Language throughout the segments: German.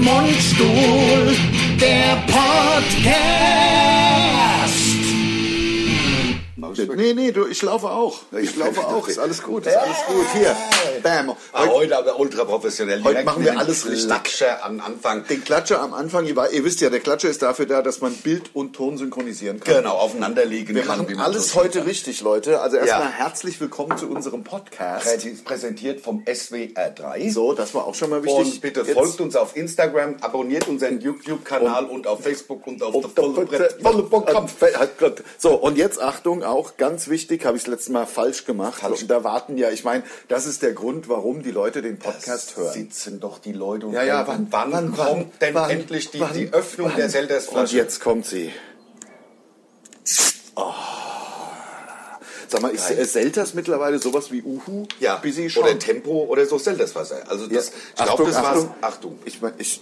Mundstuhl, der Podcast. Nee, nee, du, ich laufe auch. Ich laufe auch, ist alles gut, ist alles gut. Hier, bam. Ah, Heute heute aber ultra professionell. Heute Direkt machen wir mit dem alles richtig. Klatscher am Anfang. den Klatscher am Anfang, ihr wei- ihr wisst ja, der Klatscher ist dafür da, dass man Bild und Ton synchronisieren kann. Genau, aufeinander liegen. Wir kann, machen man alles so schön heute sagt. richtig, Leute. Also erstmal Ja. herzlich willkommen zu unserem Podcast. Präsi- Präsentiert vom SWR 3. So, das war auch schon mal wichtig. und bitte Jetzt- folgt uns auf Instagram, abonniert unseren YouTube-Kanal und, auf Facebook und auf Oh, der volle volle Brett- Brett- volle Programm. Hat Gott. So, und jetzt Achtung, auch ganz wichtig, habe ich das letzte Mal falsch gemacht. Falsch. Und da warten ja, ich meine, das ist der Grund, warum die Leute den Podcast hören. sitzen doch die Leute und Ja, ja, denken, wann- wann, wann- kommt denn wann- endlich die, wann- die Öffnung wann- der Und Zeldersflasche? jetzt kommt sie. Oh. Sag mal, ist Geil. äh, Selters mittlerweile sowas wie Uhu? ja, Busy schon. oder Tempo oder so Zelderswasser. Also das, Ja. ich glaube, Achtung, das war's. Achtung. Achtung. Ich mein, ich,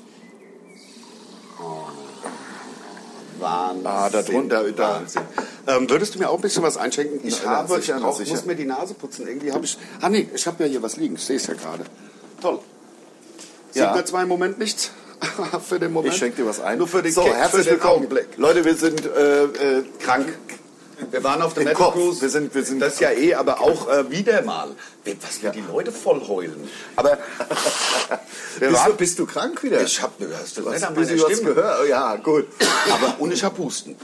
Wahnsinn. Ah, da drunter, da. Wahnsinn. Ähm, würdest du mir auch ein bisschen was einschenken? Ich Na, habe, sicher, ich na, brauch, sicher. muss mir die Nase putzen. Irgendwie habe ich. Ah, nee, ich habe ja hier was liegen. Ich sehe es ja gerade. Toll. Sieht Ja. man zwar im Moment nichts. für den Moment. ich schenke dir was ein. Nur für den so, Kick, herzlich für den willkommen. Augenblick. Leute, wir sind äh, äh, Krank. Wir waren auf der Im Metal Kopf. Cruise. Wir sind- wir sind- das ist ja eh, aber auch äh, wieder mal. Wir- Was wir die Leute voll heulen. Aber wir bist, du, waren, bist du krank wieder? ich habe, hörst du Du nicht hast an ein meiner bisschen was Stimme? gehört. Ja, gut. Aber und ich habe Husten.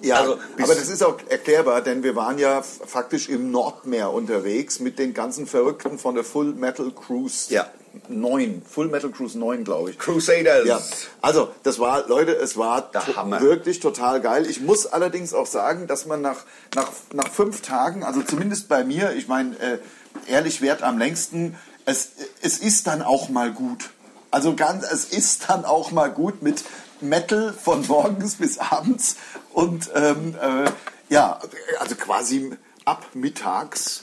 Ja, Also, bis- aber das ist auch erklärbar, denn wir waren ja f- faktisch im Nordmeer unterwegs mit den ganzen Verrückten von der Full Metal Cruise Ja. 9. Full Metal Cruise 9, glaube ich. Crusaders. Ja, also das war, Leute, es war Der to- Hammer. wirklich total geil. Ich muss allerdings auch sagen, dass man nach, nach, nach fünf Tagen, also zumindest bei mir, ich meine, äh, ehrlich wert am längsten, es, es ist dann auch mal gut. Also ganz, es ist dann auch mal gut mit Metal von morgens bis abends und ähm, äh, ja, also quasi ab mittags.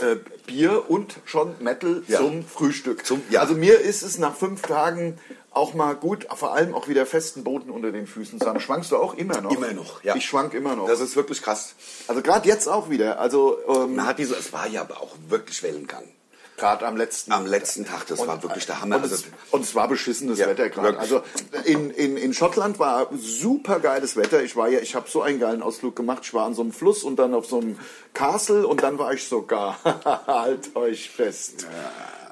äh, Bier und schon Metal Ja. zum Frühstück. Zum- ja. Also mir ist es nach fünf Tagen auch mal gut, vor allem auch wieder festen Boden unter den Füßen zu haben. Schwankst du auch immer noch? Immer noch, ja. Ich schwank immer noch. Das ist wirklich krass. also gerade jetzt auch wieder. Also ähm, Man hat diese, es war ja aber auch wirklich Wellengang. gerade am letzten. Am letzten Tag, das war wirklich der Hammer. Und es, Also, und es war beschissenes Ja, Wetter gerade. wirklich. Also in, in, in Schottland war super geiles Wetter. Ich war ja, ich habe so einen geilen Ausflug gemacht. Ich war an so einem Fluss und dann auf so einem Castle und dann war ich sogar, halt euch fest,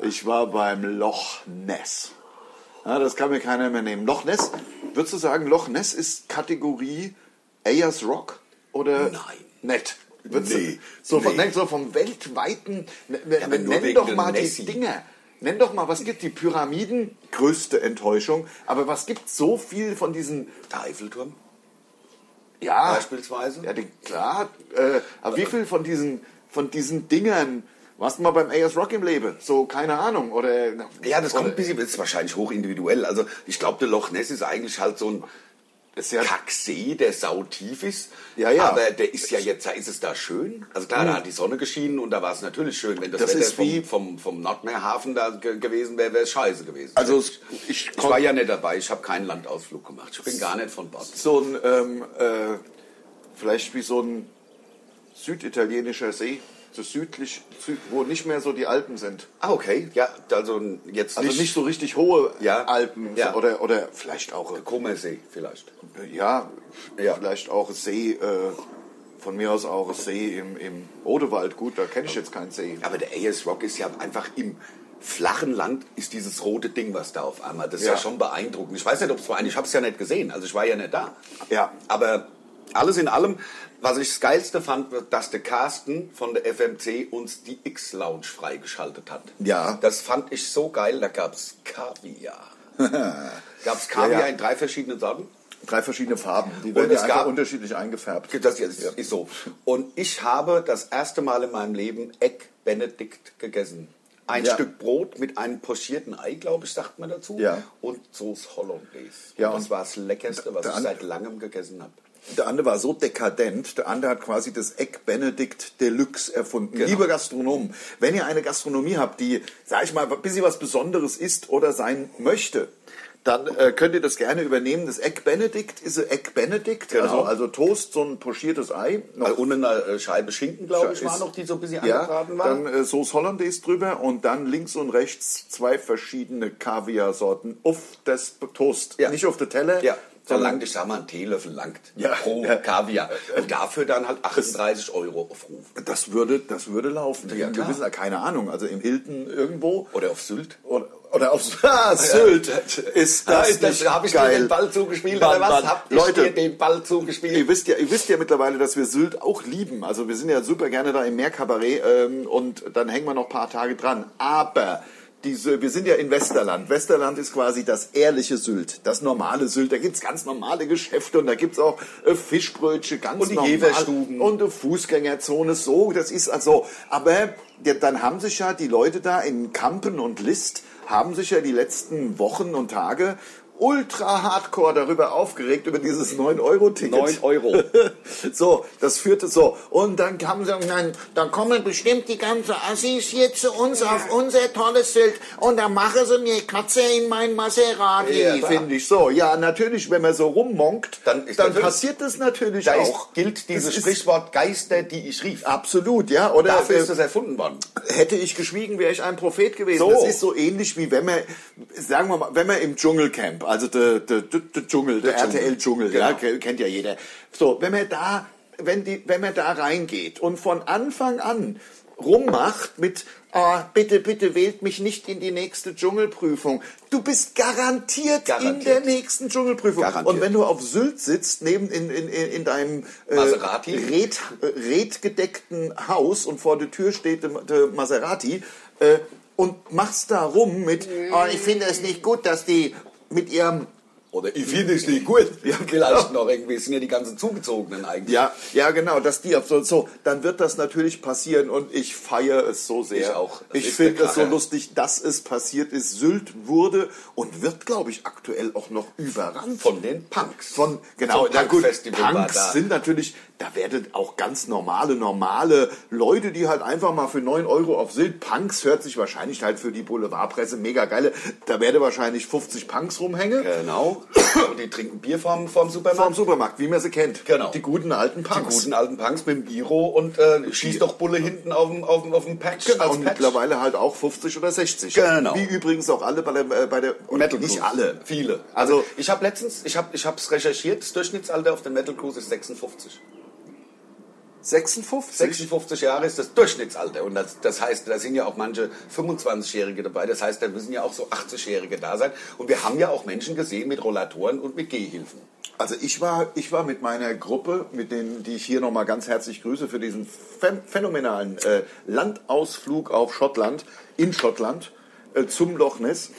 ich war beim Loch Ness. Ja, das kann mir keiner mehr nehmen. Loch Ness, würdest du sagen, Loch Ness ist Kategorie Ayers Rock oder? Nein. Nett. Würdest Nee, du, so, von, nee. nee, so vom weltweiten, ne, aber nur nenn wegen doch dem mal Nessie. die Dinger. Nenn doch mal, was gibt die Pyramiden? Größte Enttäuschung. Aber was gibt so viel von diesen, der Eiffelturm. Ah. ja, Beispielsweise? Ja, die, klar. Äh, aber wie viel von diesen, von diesen Dingern? Warst du mal beim AS Rock im Leben? So, keine Ahnung. Oder, Ja, das kommt oder, ein bisschen, ist wahrscheinlich hochindividuell. Also ich glaube, der Loch Ness ist eigentlich halt so ein ist ja, Kacksee, der sautief ist. Ja, ja. Aber der ist ja jetzt, ist es da schön? Also klar, da hat die Sonne geschienen und da war es natürlich schön. Wenn das, Das Wetter ist wie- vom, vom, vom Nordmeerhafen da ge gewesen wäre, wäre es scheiße gewesen. Also es- ich ich, kon- war ja nicht dabei, ich habe keinen Landausflug gemacht. Ich bin gar nicht von Bord. so ein, ähm, äh, vielleicht wie so ein süditalienischer See. So südlich, süd, wo nicht mehr so die Alpen sind. Ah, okay. Ja, also jetzt Also nicht, so richtig hohe Ja. Alpen Ja. oder, oder vielleicht auch äh, Kummersee vielleicht. ja, Ja. vielleicht auch See, äh, von mir aus auch See im, im Odewald. Gut, da kenne ich jetzt keinen See. Aber der AS Rock ist ja einfach im flachen Land ist dieses rote Ding, was da auf einmal. Das ist Ja. ja, schon beeindruckend. Ich weiß nicht, ob es war. Ich habe es ja nicht gesehen. Also ich war ja nicht da. Ja. Aber alles in allem, was ich das Geilste fand, war, dass der Carsten von der FMC uns die X-Lounge freigeschaltet hat. Ja. Das fand ich so geil. Da gab es Kaviar. gab es Kaviar Ja, ja. in drei verschiedenen Sorten. Drei verschiedene Farben, die werden ja einfach unterschiedlich eingefärbt. Das ist, ist so. Und ich habe das erste Mal in meinem Leben Egg Benedict gegessen. Ein Ja. Stück Brot mit einem pochierten Ei, glaube ich, sagt man dazu. Ja. Und Soße Hollandaise. Ja, und das und war das Leckerste, was der ich an- seit langem gegessen habe. Der andere war so dekadent, der andere hat quasi das Egg Benedict Deluxe erfunden. Genau. Liebe Gastronomen, wenn ihr eine Gastronomie habt, die, sag ich mal, ein bisschen was Besonderes ist oder sein möchte, dann äh, könnt ihr das gerne übernehmen. Das Egg Benedict ist ein Egg Benedict, Genau. also, also Toast, so ein pochiertes Ei. Noch Weil unten eine äh, Scheibe Schinken, glaube ich, Ist- war noch, die so ein bisschen ja, angebraten war. dann äh, Sauce Hollandaise drüber und dann links und rechts zwei verschiedene Kaviarsorten auf das Toast. Ja. Nicht auf den Teller, Ja, so langt, ich sag mal, einen Teelöffel langt Ja. pro Ja. Kaviar. Und dafür dann halt 38 Euro aufrufen. Das würde, das würde laufen. Ja, Im klar. Gewissen, keine Ahnung, also im Hilton irgendwo. Oder auf Sylt. Oder, oder auf ah, Sylt. Ist das, Ist das nicht habe ich dir geil. den Ball zugespielt Mann, oder was? Mann. Hab ich Leute, dir den Ball Ihr zugespielt? wisst, ja, ihr wisst ja mittlerweile, dass wir Sylt auch lieben. Also wir sind ja super gerne da im Meerkabarett ähm, und dann hängen wir noch ein paar Tage dran. Aber diese, wir sind ja in Westerland. Westerland ist quasi das ehrliche Sylt, das normale Sylt. Da gibt's ganz normale Geschäfte und da gibt's auch äh, Fischbrötchen, ganz Und die normal. Jeverstuben. Und eine Fußgängerzone, so, das ist also. Aber ja, dann haben sich ja die Leute da in Kampen und List, haben sich ja die letzten Wochen und Tage ultra hardcore darüber aufgeregt, über dieses 9-Euro-Ticket. 9 Euro. So, das führte so. Und dann kamen sie und dann, dann kommen bestimmt die ganzen Assis hier zu uns auf unser tolles Sylt und dann machen sie mir Katze in mein Maserati. Ja, klar. Finde ich so. Ja, natürlich, wenn man so rummonkt, Dann dann, ist natürlich- passiert das natürlich Da ist, auch. gilt Das dieses ist- Sprichwort Geister, die ich rief. Absolut, ja. Oder Dafür ist äh, das erfunden worden. hätte ich geschwiegen, wäre ich ein Prophet gewesen. So. Das ist so ähnlich wie wenn man, sagen wir mal, wenn man im Dschungelcamp, also der de, de, de Dschungel, der Dschungel. RTL-Dschungel, ja, Genau. ke- kennt ja jeder. So, wenn man da, wenn die, wenn man da reingeht und von Anfang an rummacht mit, ah, bitte, bitte wählt mich nicht in die nächste Dschungelprüfung. Du bist garantiert, in Garantiert. der nächsten Dschungelprüfung. Garantiert. Und wenn du auf Sylt sitzt, neben in, in, in in deinem äh, Maserati? Red, äh, redgedeckten Haus und vor der Tür steht der, der Maserati äh, und machst da rum mit, oh, ich finde es nicht gut, dass die mit ihrem Oder ich finde es nicht gut. Ja, genau. vielleicht noch irgendwie. Es sind ja die ganzen Zugezogenen eigentlich. ja, ja genau, dass die auf so, so, dann wird das natürlich passieren und ich feiere es so sehr. Ich auch. Das Ich ist finde der es so Knaller. lustig, dass es passiert ist. Sylt wurde und wird, glaube ich, aktuell auch noch überrannt. Von den Punks. Von, genau, So, na gut, Punkfestival war da. Punks sind natürlich, da werden auch ganz normale, normale Leute, die halt einfach mal für 9 Euro auf Sylt, Punks hört sich wahrscheinlich halt für die Boulevardpresse mega geile, da werde wahrscheinlich 50 Punks rumhängen. Genau. Und die trinken Bier vom, Vom vom Supermarkt. Supermarkt, wie man sie kennt. Genau. Die guten alten Die Punks. guten alten Punks mit dem Biro und äh, schießt doch Bulle hinten auf dem, auf dem, auf dem Patch. Genau, als und Patch. mittlerweile halt auch 50 oder 60. Genau. Wie übrigens auch alle bei der, äh, bei der Metal Cruise. nicht alle. Viele. Also- ich habe letztens, ich habe, ich hab's recherchiert. Das Durchschnittsalter auf dem Metal Cruise ist 56. 56? 56 Jahre ist das Durchschnittsalter und das, das heißt, da sind ja auch manche 25-Jährige dabei. Das heißt, da müssen ja auch so 80-Jährige da sein. Und wir haben ja auch Menschen gesehen mit Rollatoren und mit Gehhilfen. Also ich war, ich war mit meiner Gruppe, mit denen, die ich hier nochmal ganz herzlich grüße für diesen phän- phänomenalen äh, Landausflug auf Schottland, in Schottland, äh, zum Loch Ness.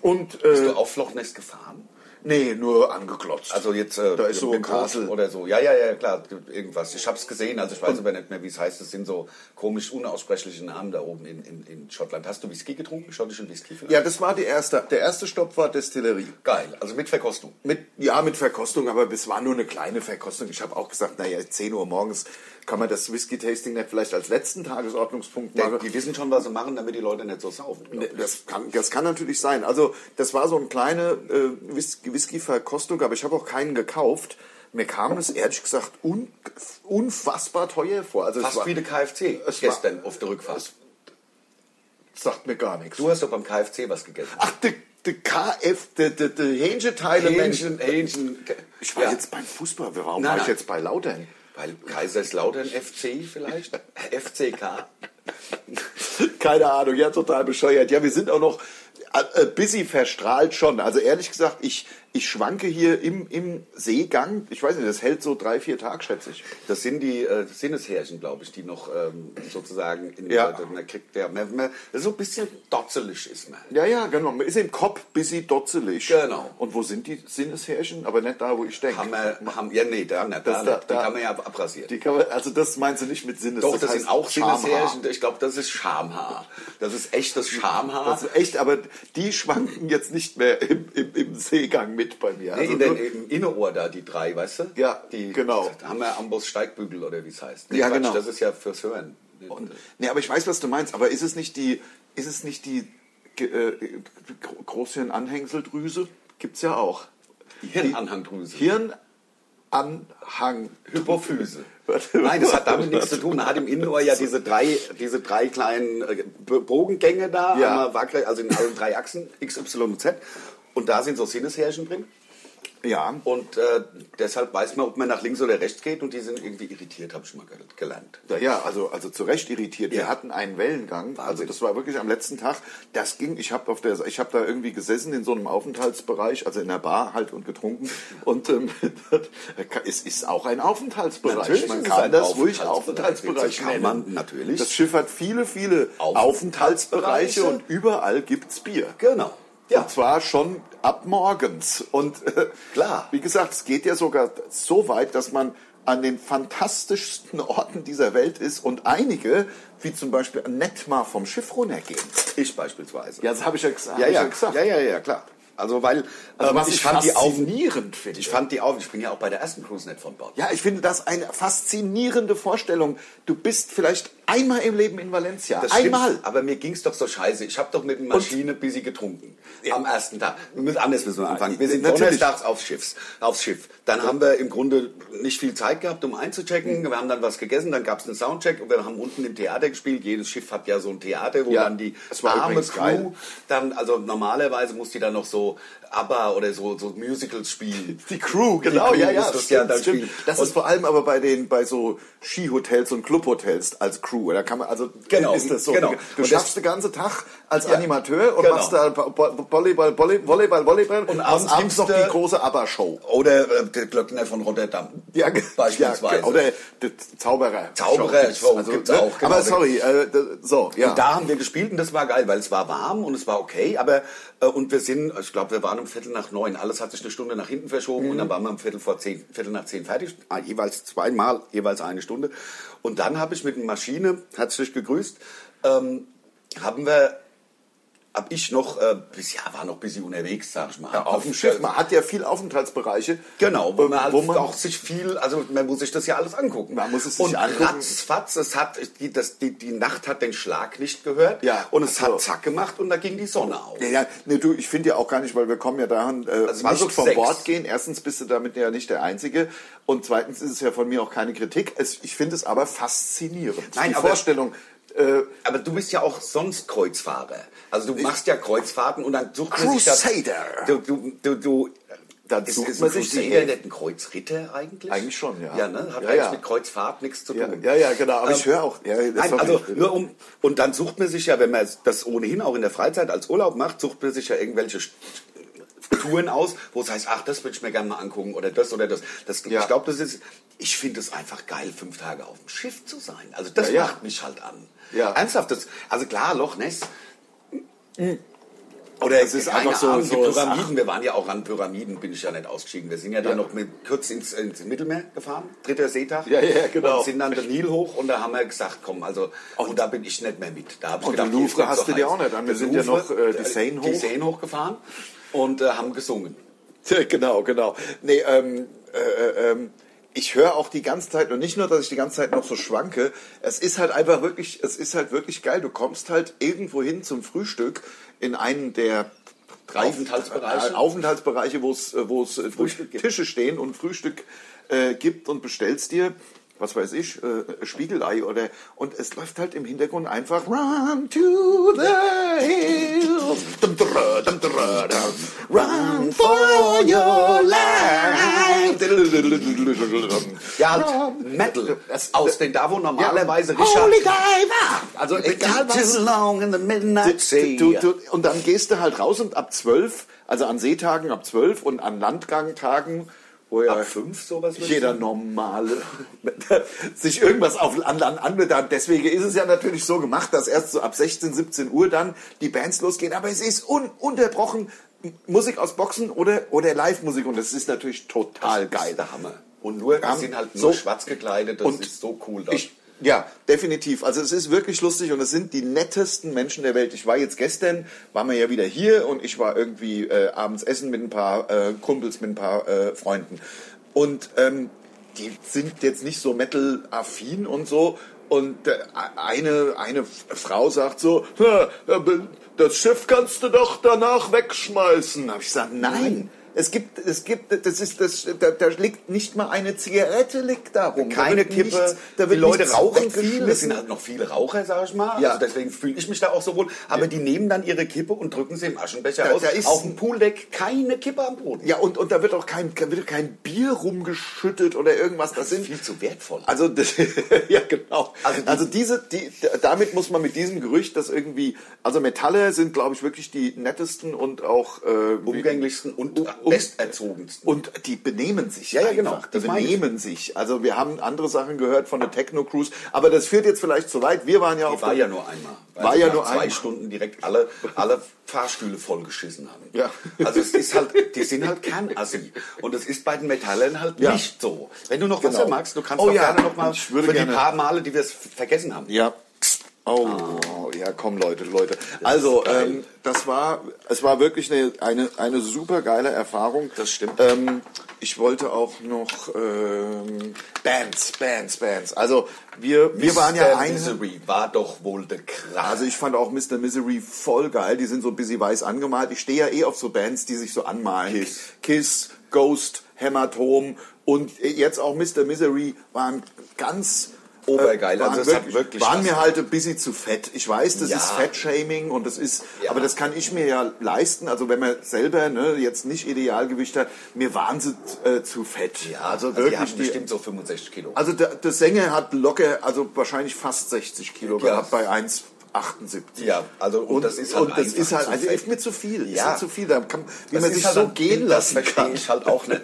Und Bist äh, du auf Loch Ness gefahren? nee, nur angeklotzt. Also jetzt äh, Da ist so mit ein dem Boot Castle. oder so. Ja, ja, ja, klar, irgendwas. Ich hab's gesehen, also ich weiß aber nicht mehr, wie es heißt. Es sind so komisch unaussprechliche Namen da oben in, in, in Schottland. Hast du Whisky getrunken? Schottischen Whisky? vielleicht? ja, das war die erste. Der erste Stopp war Destillerie. Geil, also mit Verkostung. Mit, ja, mit Verkostung, aber es war nur eine kleine Verkostung. Ich habe auch gesagt, naja, 10 Uhr morgens kann man das Whisky-Tasting nicht vielleicht als letzten Tagesordnungspunkt machen. Die wissen schon, was sie machen, damit die Leute nicht so saufen. glaub ich. Das kann, das kann natürlich sein. Also das war so eine kleine äh, Whis- Whisky-Verkostung, aber ich habe auch keinen gekauft. Mir kam es ehrlich gesagt un, unfassbar teuer vor. Also es Fast war, wie der KFC es war- gestern auf der Rückfahrt. sagt mir gar nichts. Du hast doch beim KFC was gegessen. Ach, de, de KF, de, de, de Hähnchenteile, Mensch. Hähnchen. Ich war Ja. jetzt beim Fußball, warum Nein, war ich nein. jetzt bei Lautern? Weil Kaiserslautern FC vielleicht? FCK? Keine Ahnung, ja, total bescheuert. Ja, wir sind auch noch äh, äh, busy verstrahlt schon. Also ehrlich gesagt, ich, ich schwanke hier im, im Seegang. Ich weiß nicht, das hält so drei, vier Tage, schätze ich. Das sind die äh, Sinneshärchen, glaube ich, die noch ähm, sozusagen in Ja. äh, man kriegt ja, man, man, so ein bisschen dotzelig ist man. Ja, ja, genau. Man ist im Kopf busy dotzelig. Genau. Und wo sind die Sinneshärchen? Aber nicht da, wo ich denke. Haben wir, haben, ja, nee, da, na, da, Das da- nicht. die da- kann man ja ab- abrasieren. Die kann man, also das meinst du nicht mit Sinnes. Doch, das, sind heißt auch Schamhaar. Sinneshärchen. Ich glaube, das ist Schamhaar. Das ist echtes Schamhaar. Das ist echt, aber die schwanken jetzt nicht mehr im, im, im Seegang mit bei mir. Nee, Also in den, nur- im Innenohr da, die drei, weißt du? Ja, die, genau. Da haben wir Amboss Steigbügel oder wie es heißt. Ja, genau. Das ist ja fürs Hören. Und, nee, aber ich weiß, was du meinst. Aber ist es nicht die, ist es nicht die Ge- äh, Gro- Großhirnanhängseldrüse gibt es ja auch. Die Hirnanhangdrüse. Hirnanhang. Hypophyse. Warte, Nein, das hat warte, damit nichts zu tun. Man hat im Innenohr ja diese drei, diese drei kleinen äh, B- Bogengänge da, Ja. einmal wackre- also in allen drei Achsen, X, Y und Z. Und da sind so Sinneshärchen drin. Ja, Und äh, deshalb weiß man, ob man nach links oder rechts geht. Und die sind irgendwie irritiert, habe ich mal gel- gelernt. Ja, ja, also, also zu Recht irritiert. Wir Ja. hatten einen Wellengang. Also Wahnsinn. das war wirklich am letzten Tag. Das ging, ich habe auf der, ich habe da irgendwie gesessen in so einem Aufenthaltsbereich, also in der Bar halt und getrunken. Und ähm, es ist auch ein Aufenthaltsbereich. Natürlich man ist es kann ein das ruhig Aufenthaltsbereich. Aufenthaltsbereich Kann nennen. man natürlich. Das Schiff hat viele, viele Aufenthaltsbereiche. Aufenthaltsbereiche und überall gibt's Bier. Genau. Ja. Und zwar schon ab morgens. Und äh, Klar. wie gesagt, es geht ja sogar so weit, dass man an den fantastischsten Orten dieser Welt ist und einige, wie zum Beispiel Netmar vom Schiff runtergehen. Ich beispielsweise. Ja, das habe ich ja gesagt. ja, hab ich ja, ja gesagt. ja, ja, ja, klar. Also weil ähm, was ich Augen- faszinierend finde. Ich fand die Augen. Ich bin ja auch bei der ersten Cruise nicht von Bord. Ja, ich finde das eine faszinierende Vorstellung. Du bist vielleicht einmal im Leben in Valencia. Das stimmt, einmal. aber mir ging's doch so scheiße. Ich habe doch mit der Maschine busy getrunken. Am ersten Tag. Wir müssen, anders müssen wir anfangen. Wir sind Natürlich. donnerstags aufs, Schiffs, aufs Schiff. Dann haben wir im Grunde nicht viel Zeit gehabt, um einzuchecken. Mhm. Wir haben dann was gegessen, dann gab's einen Soundcheck und wir haben unten im Theater gespielt. Jedes Schiff hat ja so ein Theater, wo Ja, dann die das war arme übrigens Crew, geil. dann, also normalerweise muss die dann noch so ABBA oder so, so Musicals spielen. Die Crew, genau, Crew ja, ja, muss das stimmt, ja dann stimmt. spielen. Das Und- ist vor allem aber bei den bei so Skihotels und Clubhotels als Crew, da kann man also Genau, ist das so. genau. Du Und schaffst das- den ganzen Tag als Ja, Animateur und genau. machst da Bo- Bo- Volleyball, Volley- Volleyball, Volleyball und abends abends gibt's noch da- die große ABBA-Show. Oder äh, der Glöckner von Rotterdam. ge- beispielsweise. Ja, oder der Zauberer. Zauberer- Show gibt's ne? auch, genau. Aber sorry, äh, d- so, ja. Und da haben wir gespielt und das war geil, weil es war warm und es war okay, aber äh, und wir sind, ich glaube, wir waren um Viertel nach neun. Alles hat sich eine Stunde nach hinten verschoben Mhm. und dann waren wir um Viertel vor zehn, Viertel nach zehn fertig, Ah, jeweils zweimal, jeweils eine Stunde. Und dann habe ich mit einer Maschine herzlich gegrüßt, ähm, haben wir hab ich noch, äh, bis, ja, war noch ein bisschen unterwegs, sag ich mal. auf dem Schiff, man hat ja viel Aufenthaltsbereiche. Genau, wo man, halt wo man auch sich viel, also man muss sich das ja alles angucken. Man muss es sich und angucken. ratzfatz, es hat, die, das, die, die Nacht hat den Schlag nicht gehört Ja. und es Ach so. hat zack gemacht und da ging die Sonne auf. Ja, ja, nee, du, ich finde ja auch gar nicht, weil wir kommen ja daran, äh, Also es war nicht so vom sechs. Bord gehen. Erstens bist du damit ja nicht der Einzige und zweitens ist es ja von mir auch keine Kritik. Es, ich finde es aber faszinierend. Nein, die aber- Vorstellung, äh, Aber du bist ja auch sonst Kreuzfahrer. Also du machst ja Kreuzfahrten und dann sucht Crusader. man sich da, du, du, du, du, Dann ist, sucht ist man ein sich die Crusader Hilfe. nicht ein Kreuzritter eigentlich? Eigentlich schon, ja. Ja, ne? Hat Ja, eigentlich ja. mit Kreuzfahrt nichts zu ja, tun. ja, ja, genau. Aber ich Ähm, höre auch. Ja, das Nein, war also wirklich- nur um und dann sucht man sich ja, wenn man das ohnehin auch in der Freizeit als Urlaub macht, sucht man sich ja irgendwelche St- Touren aus, wo es heißt, ach, das würde ich mir gerne mal angucken oder das oder das. das Ja. Ich glaube, das ist, ich finde es einfach geil, fünf Tage auf dem Schiff zu sein. Also das Ja, ja. macht mich halt an. Ja. Ernsthaft, das, also klar, Loch Ness. Oder es Mhm. ist einfach so- Ahnung, die so- Pyramiden. Wir waren ja auch an Pyramiden, bin ich ja nicht ausgestiegen. Wir sind ja dann noch mit, kurz ins, ins Mittelmeer gefahren, dritter Seetag. Ja, ja, genau. Und sind dann den Nil hoch und da haben wir gesagt, komm, also und da bin ich nicht mehr mit. Da hab ich Und gedacht, den Louvre hier ist hast du dir heiß. auch nicht an. Wir Den sind ja noch, äh, die Seine Die hoch. Seine hochgefahren und äh, haben gesungen. Tja, genau, genau. Nee, ähm, äh, äh, ähm, ich höre auch die ganze Zeit und nicht nur, dass ich die ganze Zeit noch so schwanke. Es ist halt einfach wirklich, es ist halt wirklich geil. Du kommst halt irgendwo hin zum Frühstück in einen der drei Aufenthaltsbereiche. äh, Aufenthaltsbereiche, wo es äh, wo es äh, Tische stehen und Frühstück äh, gibt und bestellst dir was weiß ich, äh, Spiegelei oder und es läuft halt im Hintergrund einfach Run to the hills, dum, drö, dum, drö, dum. Run for your life. Ja, halt Run. Metal aus den da, wo normalerweise Holy Richard. Diver. Also egal was. long in the midnight sea. Du, du, und dann gehst du halt raus und ab 12, also an Seetagen ab 12 und an Landgangtagen, wo ja Ab fünf sowas würdest jeder du? normale sich irgendwas auf an Land anbedarf. Deswegen ist es ja natürlich so gemacht, dass erst so ab 16, 17 Uhr dann die Bands losgehen. Aber es ist ununterbrochen Musik aus Boxen oder, oder Live-Musik und das ist natürlich total Das geil. ist der Hammer. Und nur, wir Haben sind halt so- nur schwarz gekleidet, das Und ist so cool. dort. Ich, ja, definitiv. Also es ist wirklich lustig und es sind die nettesten Menschen der Welt. Ich war jetzt gestern, waren wir ja wieder hier und ich war irgendwie äh, abends essen mit ein paar äh, Kumpels, mit ein paar äh, Freunden. Und ähm, die sind jetzt nicht so metal-affin und so. Und äh, eine, eine Frau sagt so, "Ja, das Schiff kannst du doch danach wegschmeißen. Hab ich gesagt, nein. Es gibt, es gibt, das ist, das, da, da liegt nicht mal eine Zigarette liegt darum. keine da wird Kippe. nichts- da die wird Leute nichts rauchen viel. weggeschmissen. Es sind halt noch viele Raucher, sag ich mal. Ja. Also deswegen fühle ich mich da auch so wohl. Aber die nehmen dann ihre Kippe und drücken sie im Aschenbecher Da- aus. da ist- Auf dem Pooldeck keine Kippe am Boden. Ja, und, und da wird auch kein, wird kein Bier rumgeschüttet oder irgendwas. Das sind Viel zu wertvoll. Also das, ja genau. Also Also, die- diese, die, damit muss man mit diesem Gerücht, dass irgendwie, also Metalle sind, glaube ich, wirklich die nettesten und auch äh, Umgänglichsten und Um- Also, besterzogensten. und die benehmen sich Ja, ja, einfach. genau. Die Das meine ich. benehmen sich. Also wir haben andere Sachen gehört von der Techno Cruise, aber das führt jetzt vielleicht zu weit. Wir waren ja auf war der, ja nur einmal. War ja nach nur zwei einmal. Stunden direkt alle, alle Fahrstühle vollgeschissen haben. Ja. Also es ist halt, die sind halt Kernassi. Und das ist bei den Metallern halt Ja. nicht so. Wenn du noch Genau. Wasser magst, du kannst Oh doch ja, gerne noch mal ich würde für gerne- die paar Male, die wir es vergessen haben. Ja. Oh, ja, komm Leute, Leute. also, geil. ähm, das war, es war wirklich eine, eine, eine super geile Erfahrung. Das stimmt. Ähm, ich wollte auch noch ähm, Bands, Bands, Bands. Also wir, wir waren ja Mr. ein. Misery war doch wohl der Krass. Also ich fand auch Mr. Misery voll geil. Die sind so ein bisschen weiß angemalt. Ich stehe ja eh auf so Bands, die sich so anmalen. Kiss. Kiss Ghost, Hämatom und jetzt auch Mr. Misery waren ganz äh, Obergeil. waren Also es hat wirklich, wirklich waren Spaß mir halt ein bisschen zu fett. Ich weiß, das Ja. ist Fettshaming und das ist, Ja. aber das kann ich mir ja leisten. Also wenn man selber ne, jetzt nicht Idealgewicht hat, mir waren sie äh, zu fett. ja, also, die haben bestimmt so 65 Kilo. Also der, der Sänger hat locker, also wahrscheinlich fast 60 Kilo Ja. gehabt bei 1,78. Ja, also und das ist halt und das einfach ist halt zu also fett. ist mir zu viel. Ja. Ist mir zu viel. Da kann, wie Das man ist sich halt so dann- gehen das lassen verstehe kann. ich halt auch nicht.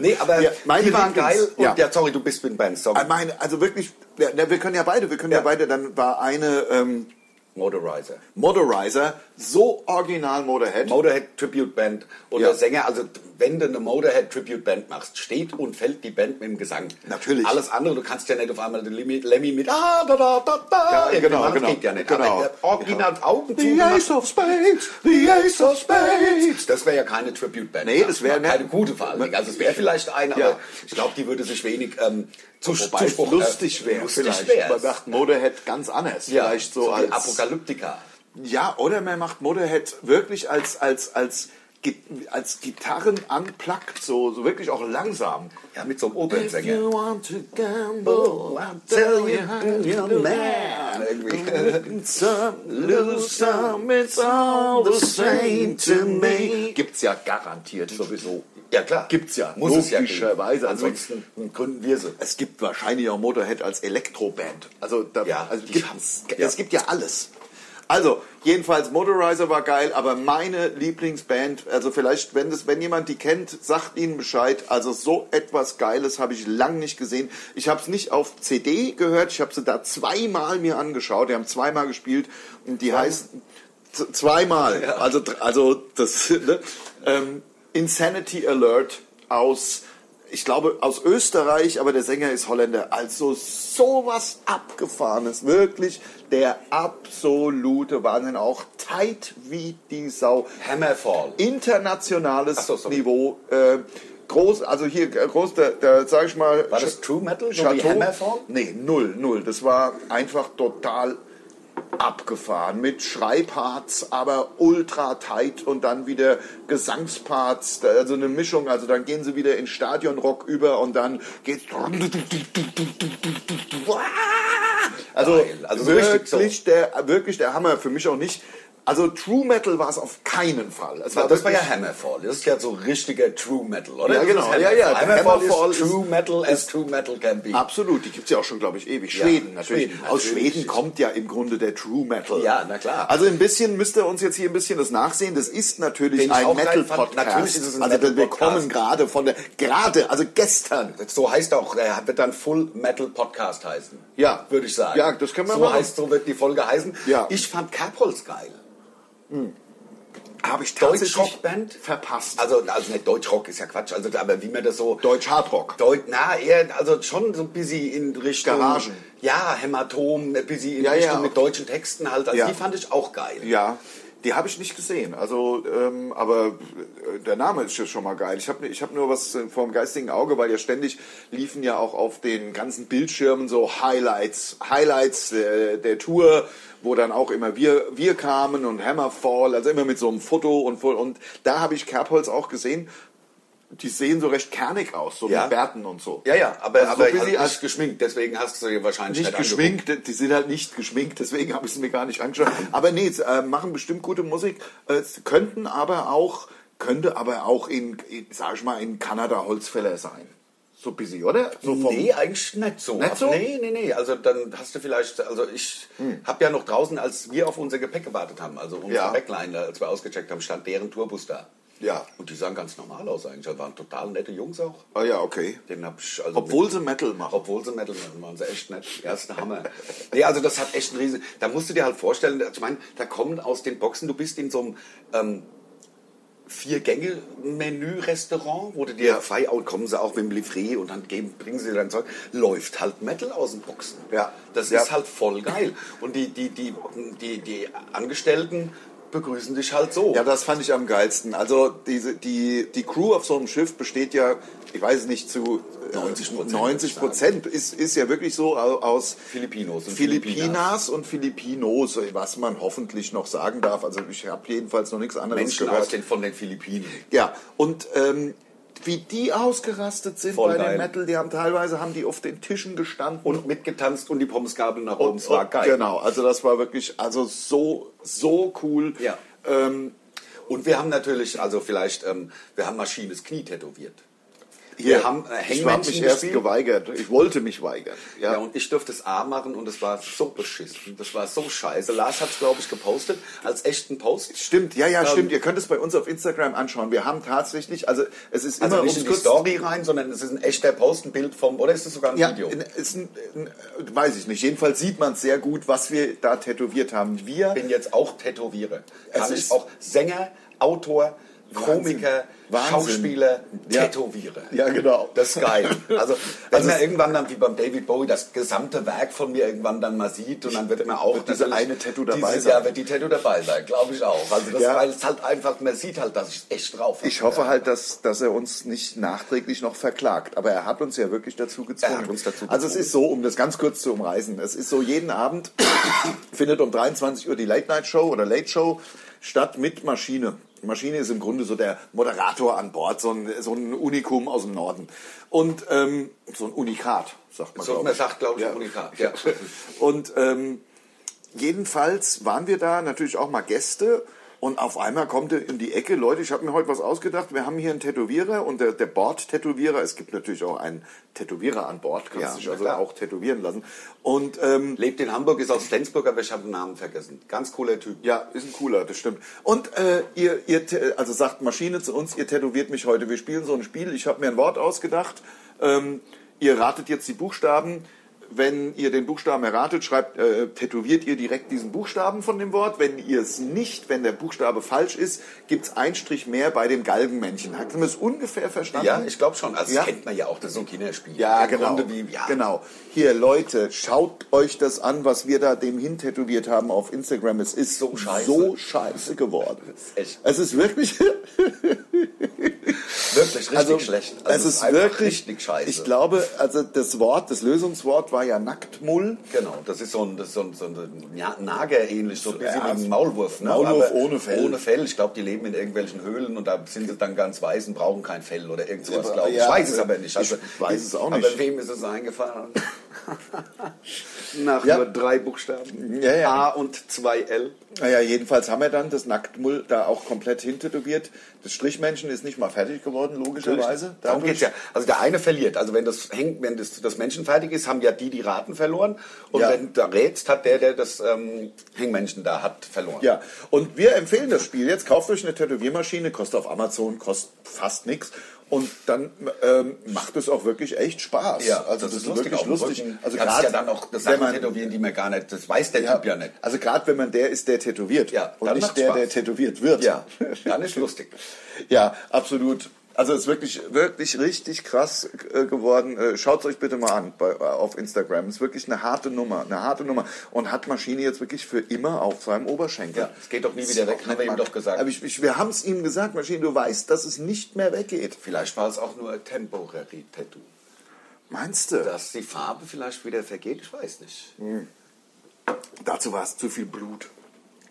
Nee, aber Ja, meine die waren Lieblings- geil. Und ja. ja. sorry, du bist mit Band. Sorry. Ich meine, also wirklich, ja, na, wir können ja beide, wir können ja, Ja. beide, dann war eine ähm, Motorizer. Moderizer, so original Motorhead. Motorhead Tribute Band oder Ja. Sänger, also wenn du eine Motorhead Tribute Band machst, steht und fällt die Band mit dem Gesang. Natürlich. Alles andere, du kannst ja nicht auf einmal den Lemmy, Lemmy mit ah, da, da, da, Ja, da. irgendwie genau, machen, genau. geht ja nicht. Genau. Aber der original Augen zu The Ace of Spades, the Ace of Spades. Das wäre ja keine Tribute Band. Nee, das wäre- keine gute vor allen Dingen. Also es wäre vielleicht eine, Ja. aber ich glaube, die würde sich wenig ähm, zu Wobei es Zuspruch, äh, lustig wäre lustig vielleicht. wär's. Man macht Motorhead ganz anders. ja, vielleicht so, so als wie Apokalyptika. Ja, oder man macht Motorhead wirklich als, als, als, Gi- als Gitarren unplugged, so, so wirklich auch langsam. Ja, mit so einem Opernsänger. want to gamble, Oh, I'll tell you I'm your man. Win some, lose some, it's all the same to me. Gibt's ja garantiert sowieso. Ja klar. Gibt's ja. Muss es ja geben. Logischerweise. Also- Ansonsten gründen wir sie. Es gibt wahrscheinlich auch Motorhead als Elektroband. Also, da, Ja, also die gibt, haben's. es Ja. gibt ja alles. Also, jedenfalls, Motorizer war geil, aber meine Lieblingsband, also vielleicht, wenn, das, wenn jemand die kennt, sagt ihnen Bescheid. Also, so etwas Geiles habe ich lang nicht gesehen. Ich habe es nicht auf CD gehört, ich habe sie da zweimal mir angeschaut. Die haben zweimal gespielt und die heißt z- zweimal. Also, dr- also das ne? ähm, Insanity Alert aus, ich glaube, aus Österreich, aber der Sänger ist Holländer. Also sowas abgefahrenes, wirklich der absolute Wahnsinn. Auch tight wie die Sau. Hammerfall. Internationales so, sorry. Niveau. Äh, groß, also hier äh, groß, da, da sage ich mal. War das True Metal? So wie Chateau? Hammerfall? Nee, null, null. Das war einfach total abgefahren mit Schreibparts, aber ultra tight und dann wieder Gesangsparts, da- also eine Mischung. Also dann gehen sie wieder in Stadionrock über und dann geht's. Also, Geil. Also so richtig so. wirklich, der, wirklich der Hammer. Für mich auch nicht. Also True Metal war es auf keinen Fall. Es Das, war wirklich- ja Hammerfall. Das ist ja so richtiger True Metal, oder? Ja, Das ist genau. Hammerfall. Ja, ja. Hammerfall, Hammerfall ist ist- True Metal as True Metal can be. Absolut, die gibt es ja auch schon, glaube ich, ewig. Ja, Schweden, natürlich. Schweden, Aus natürlich. Schweden kommt ja im Grunde der True Metal. Ja, na klar. Also ein bisschen müsst ihr uns jetzt hier ein bisschen das nachsehen. Das ist natürlich Den ich ein auch geil fand. Metal-Podcast. Natürlich ist es ein also wir Metal-Podcast. kommen gerade von der, gerade, also gestern. So heißt auch, er wird dann Full Metal Podcast heißen. Ja. Würde ich sagen. Ja, das können wir so machen. Heißt, so wird die Folge heißen. Ja. Ich fand Capholz geil. Habe ich Deutschrockband? verpasst. Also Also, also nicht Deutschrock ist ja Quatsch, also, aber wie man das so... Deutsch-Hardrock. Deut, na, eher, also schon so ein bisschen in Richtung. Garagen. Ja, Hämatom, ein bisschen in Ja, Richtung ja. mit deutschen Texten halt. Also Ja. die fand ich auch geil. Ja. Die habe ich nicht gesehen. Also, ähm, aber äh, der Name ist ja schon mal geil. Ich habe ich hab nur was äh, vom geistigen Auge, weil ja ständig liefen ja auch auf den ganzen Bildschirmen so Highlights, Highlights äh, der Tour, wo dann auch immer wir wir kamen und Hammerfall, also immer mit so einem Foto und und da habe ich Kerbholz auch gesehen. Die sehen so recht kernig aus, so Ja. mit Bärten und so. Ja, ja, aber, Also so aber ein bisschen nicht als- geschminkt, deswegen hast du dir wahrscheinlich nicht angeguckt. geschminkt, die sind halt nicht geschminkt, deswegen habe ich es mir gar nicht angeschaut. Aber nee, es, äh, machen bestimmt gute Musik, äh, es könnten aber auch, könnte aber auch in, in sag ich mal, in Kanada Holzfäller sein. So busy, oder? So vom- Nee, eigentlich nicht so. Nicht so? Hm. Nee, nee, nee. Also dann hast du vielleicht, also ich habe ja noch draußen, als wir auf unser Gepäck gewartet haben, also unsere Ja. Backline, als wir ausgecheckt haben, stand deren Tourbus da. Ja. Und die sahen ganz normal aus eigentlich. Das waren total nette Jungs auch. Ah ja, okay. Den hab ich also Obwohl sie Metal machen. Obwohl sie Metal machen, waren sie echt nett. Ja, ist ein Hammer. Nee, also das hat echt einen riesen... Da musst du dir halt vorstellen, ich meine, da kommen aus den Boxen, du bist in so einem ähm, Vier-Gänge-Menü-Restaurant, wo du dir Ja. frei out kommen sie auch mit dem Livree und dann geben, bringen sie dir dein Zeug. Läuft halt Metal aus den Boxen. Ja. Das Ja. ist halt voll geil. Und die, die, die, die, die Angestellten begrüßen dich halt so. Ja, das fand ich am geilsten. Also diese, die, die Crew auf so einem Schiff besteht ja, ich weiß nicht, zu äh, 90%, 90 Prozent ist, ist ja wirklich so au- aus Filipinos und Filipinas und Filipinos, was man hoffentlich noch sagen darf. Also ich habe jedenfalls noch nichts anderes Menschen gehört. aus den, von den Philippinen. Ja, und ähm, wie die ausgerastet sind Voll bei geil. dem Metal, die haben teilweise haben die auf den Tischen gestanden Und mitgetanzt und die Pommesgabel nach oben. Es war geil. Genau, also das war wirklich also so so cool. Ja. Ähm, Und wir haben natürlich, also vielleicht, ähm, wir haben maschines Knie tätowiert. hier, Wir haben, äh, ich Hangman habe mich erst gespielt. geweigert. Ich wollte mich weigern. Ja. und ich durfte das A machen und es war so beschissen. Das war so scheiße. Lars hat es, glaube ich, gepostet, als echten Post. Stimmt, ja, ja, Ähm, stimmt. Ihr könnt es bei uns auf Instagram anschauen. Wir haben tatsächlich, also es ist Also immer nicht um in die kurz- Story rein, sondern es ist ein echter Post, ein Bild vom, oder ist es sogar ein Ja, Video? in- ist ein, ein, weiß ich nicht. Jedenfalls sieht man sehr gut, was wir da tätowiert haben. Wir bin jetzt auch Tätowierer. Es Kann ist- ich auch Sänger, Autor, Wahnsinn. Komiker, Wahnsinn. Schauspieler, Ja. Tätowierer. Ja, genau. Das ist geil. Also, Also wenn man es- irgendwann dann, wie beim David Bowie, das gesamte Werk von mir irgendwann dann mal sieht und dann wird man auch... Wird diese natürlich- eine Tattoo dabei dieses, sein. Ja, wird die Tattoo dabei sein, glaube ich auch. Also das, Ja. weil es halt einfach, man sieht halt, dass ich echt drauf habe. Ich hoffe halt, dass, dass er uns nicht nachträglich noch verklagt. Aber er hat uns ja wirklich dazu gezwungen. Er hat uns dazu Also es ist so, um das ganz kurz zu umreißen, es ist so, jeden Abend findet um 23 Uhr die Late-Night-Show oder Late-Show statt mit Maschine. Maschine ist im Grunde so der Moderator an Bord, so ein, so ein Unikum aus dem Norden. Und ähm, so ein Unikat, sagt man. So, glaub man ich. sagt, glaube ich, Ja. Unikat. Ja. Und ähm, jedenfalls waren wir da natürlich auch mal Gäste. Und auf einmal kommt er in die Ecke, Leute, ich habe mir heute was ausgedacht. Wir haben hier einen Tätowierer und der, der Bord-Tätowierer. Es gibt natürlich auch einen Tätowierer an Bord, kannst Ja, dich na also klar. auch tätowieren lassen. Und ähm, Lebt in Hamburg, ist aus Flensburg, aber ich habe den Namen vergessen. Ganz cooler Typ. ja, ist ein cooler, das stimmt. Und äh, ihr, ihr, tä- also sagt Maschine zu uns, ihr tätowiert mich heute. Wir spielen so ein Spiel, ich habe mir ein Wort ausgedacht. Ähm, ihr ratet jetzt die Buchstaben. Wenn ihr den Buchstaben erratet, schreibt, äh, tätowiert ihr direkt diesen Buchstaben von dem Wort. Wenn ihr es nicht, wenn der Buchstabe falsch ist, gibt's einen Strich mehr bei dem Galgenmännchen. Hat man es ungefähr verstanden? Ja, ich glaube schon. Also Ja. das kennt man ja auch, das ist so ein Kinderspiel. Ja, Im genau. Grunde wie, ja, Genau. Hier, Leute, schaut euch das an, was wir da dem hin tätowiert haben auf Instagram. Es ist so scheiße. so scheiße geworden. ist echt- Es ist wirklich, Wirklich richtig also, schlecht. Also es ist einfach wirklich, richtig scheiße. Ich glaube, also das Wort, das Lösungswort war ja Nacktmull. Genau, das ist so ein, das ist so ein, so ein ja, Nager ähnlich, so ein bisschen Ja, wie ein Maulwurf. Ne? Maulwurf ohne Fell. Ohne Fell. Ich glaube, die leben in irgendwelchen Höhlen und da sind sie dann ganz weiß und brauchen kein Fell oder irgend sowas, Ja, glaube ich. ja, ich weiß es also, aber nicht. ich weiß es auch nicht. Aber wem ist es eingefallen? Nach Ja. nur drei Buchstaben. Ja, ja. A und zwei L. Naja, Ah, jedenfalls haben wir dann das Nacktmull da auch komplett hintätowiert. Das Strichmännchen ist nicht mal fertig geworden, logischerweise. Darum Dadurch- geht's ja. Also der eine verliert. Also wenn das hängt, wenn das, das Menschen fertig ist, haben ja die die Raten verloren. Und Ja. wenn du rätst, hat der, der das ähm, Hängmenschen da hat, verloren. Ja, und wir empfehlen das Spiel. Jetzt kauft euch eine Tätowiermaschine, kostet auf Amazon, kostet fast nichts. Und dann ähm, macht es auch wirklich echt Spaß. Ja, also das, ist, wirklich auf dem lustig. Rücken. Also kannst gerade ja dann auch das wenn Sachen man, tätowieren, die man gar nicht, das weiß der ja, Typ ja nicht. also gerade wenn man der ist, der tätowiert Ja, und dann nicht macht's der, Spaß. der tätowiert wird. Ja, dann ist lustig. ja, absolut. Also ist wirklich, wirklich richtig krass äh, geworden. Äh, Schaut euch bitte mal an bei, äh, auf Instagram. Ist wirklich eine harte Nummer, eine harte Nummer. Und hat Maschine jetzt wirklich für immer auf seinem Oberschenkel. Ja, es geht doch nie wieder weg, haben wir ihm doch gesagt. Aber ich, ich, wir haben es ihm gesagt, Maschine, du weißt, dass es nicht mehr weggeht. Vielleicht war es auch nur ein temporary Tattoo. Meinst du? Dass die Farbe vielleicht wieder vergeht, ich weiß nicht. Dazu war es zu viel Blut.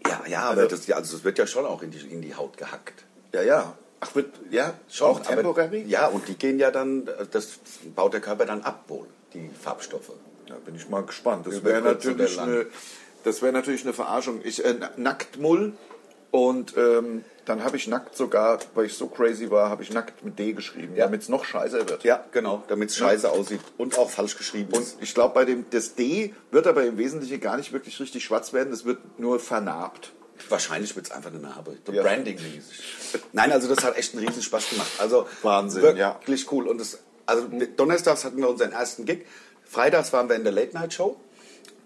Ja, ja, aber das, ja, also es wird ja schon auch in die, in die Haut gehackt. Ja, ja. Ach, wird, ja, schon auch aber- temporary? Ja, und die gehen ja dann, das baut der Körper dann ab wohl, die Farbstoffe. Da bin ich mal gespannt. Das Über wäre kurz oder natürlich, lang. eine- das wär natürlich eine Verarschung. Ich äh, na- Nacktmull und ähm, dann habe ich nackt sogar, weil ich so crazy war, habe ich nackt mit D geschrieben, Ja. damit es noch scheißer wird. Ja, genau, damit es scheiße aussieht und auch falsch geschrieben Und ist. ich glaube, bei dem das D wird aber im Wesentlichen gar nicht wirklich richtig schwarz werden. Es wird nur vernarbt. Wahrscheinlich wird es einfach eine Narbe. So Ja. Branding-mäßig. Nein, also das hat echt einen riesen Spaß gemacht. Also Wahnsinn, ja. wirklich cool. Und das, also donnerstags hatten wir unseren ersten Gig. Freitags waren wir in der Late-Night-Show.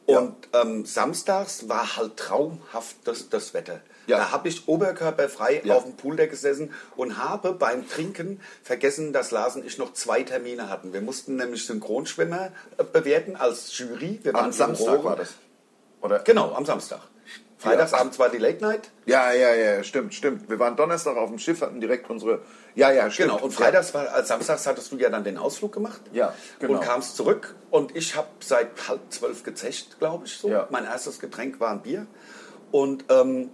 Und ähm, samstags war halt traumhaft das, das Wetter. Ja. Da habe ich oberkörperfrei Ja. auf dem Pooldeck gesessen und habe beim Trinken vergessen, dass Lars und ich noch zwei Termine hatten. Wir mussten nämlich Synchronschwimmer äh, bewerten als Jury. Wir Am Samstag Juroren. war das. Oder? Genau, am Samstag. Freitagsabend war die Late Night. Ja, ja, ja, stimmt, stimmt. Wir waren Donnerstag auf dem Schiff, hatten direkt unsere. Ja, ja, stimmt. Genau, und freitags war, als samstags hattest du ja dann den Ausflug gemacht. Ja, genau. Und kamst zurück und ich habe seit halb zwölf gezecht, glaube ich. So. Ja. Mein erstes Getränk war ein Bier. Und ähm,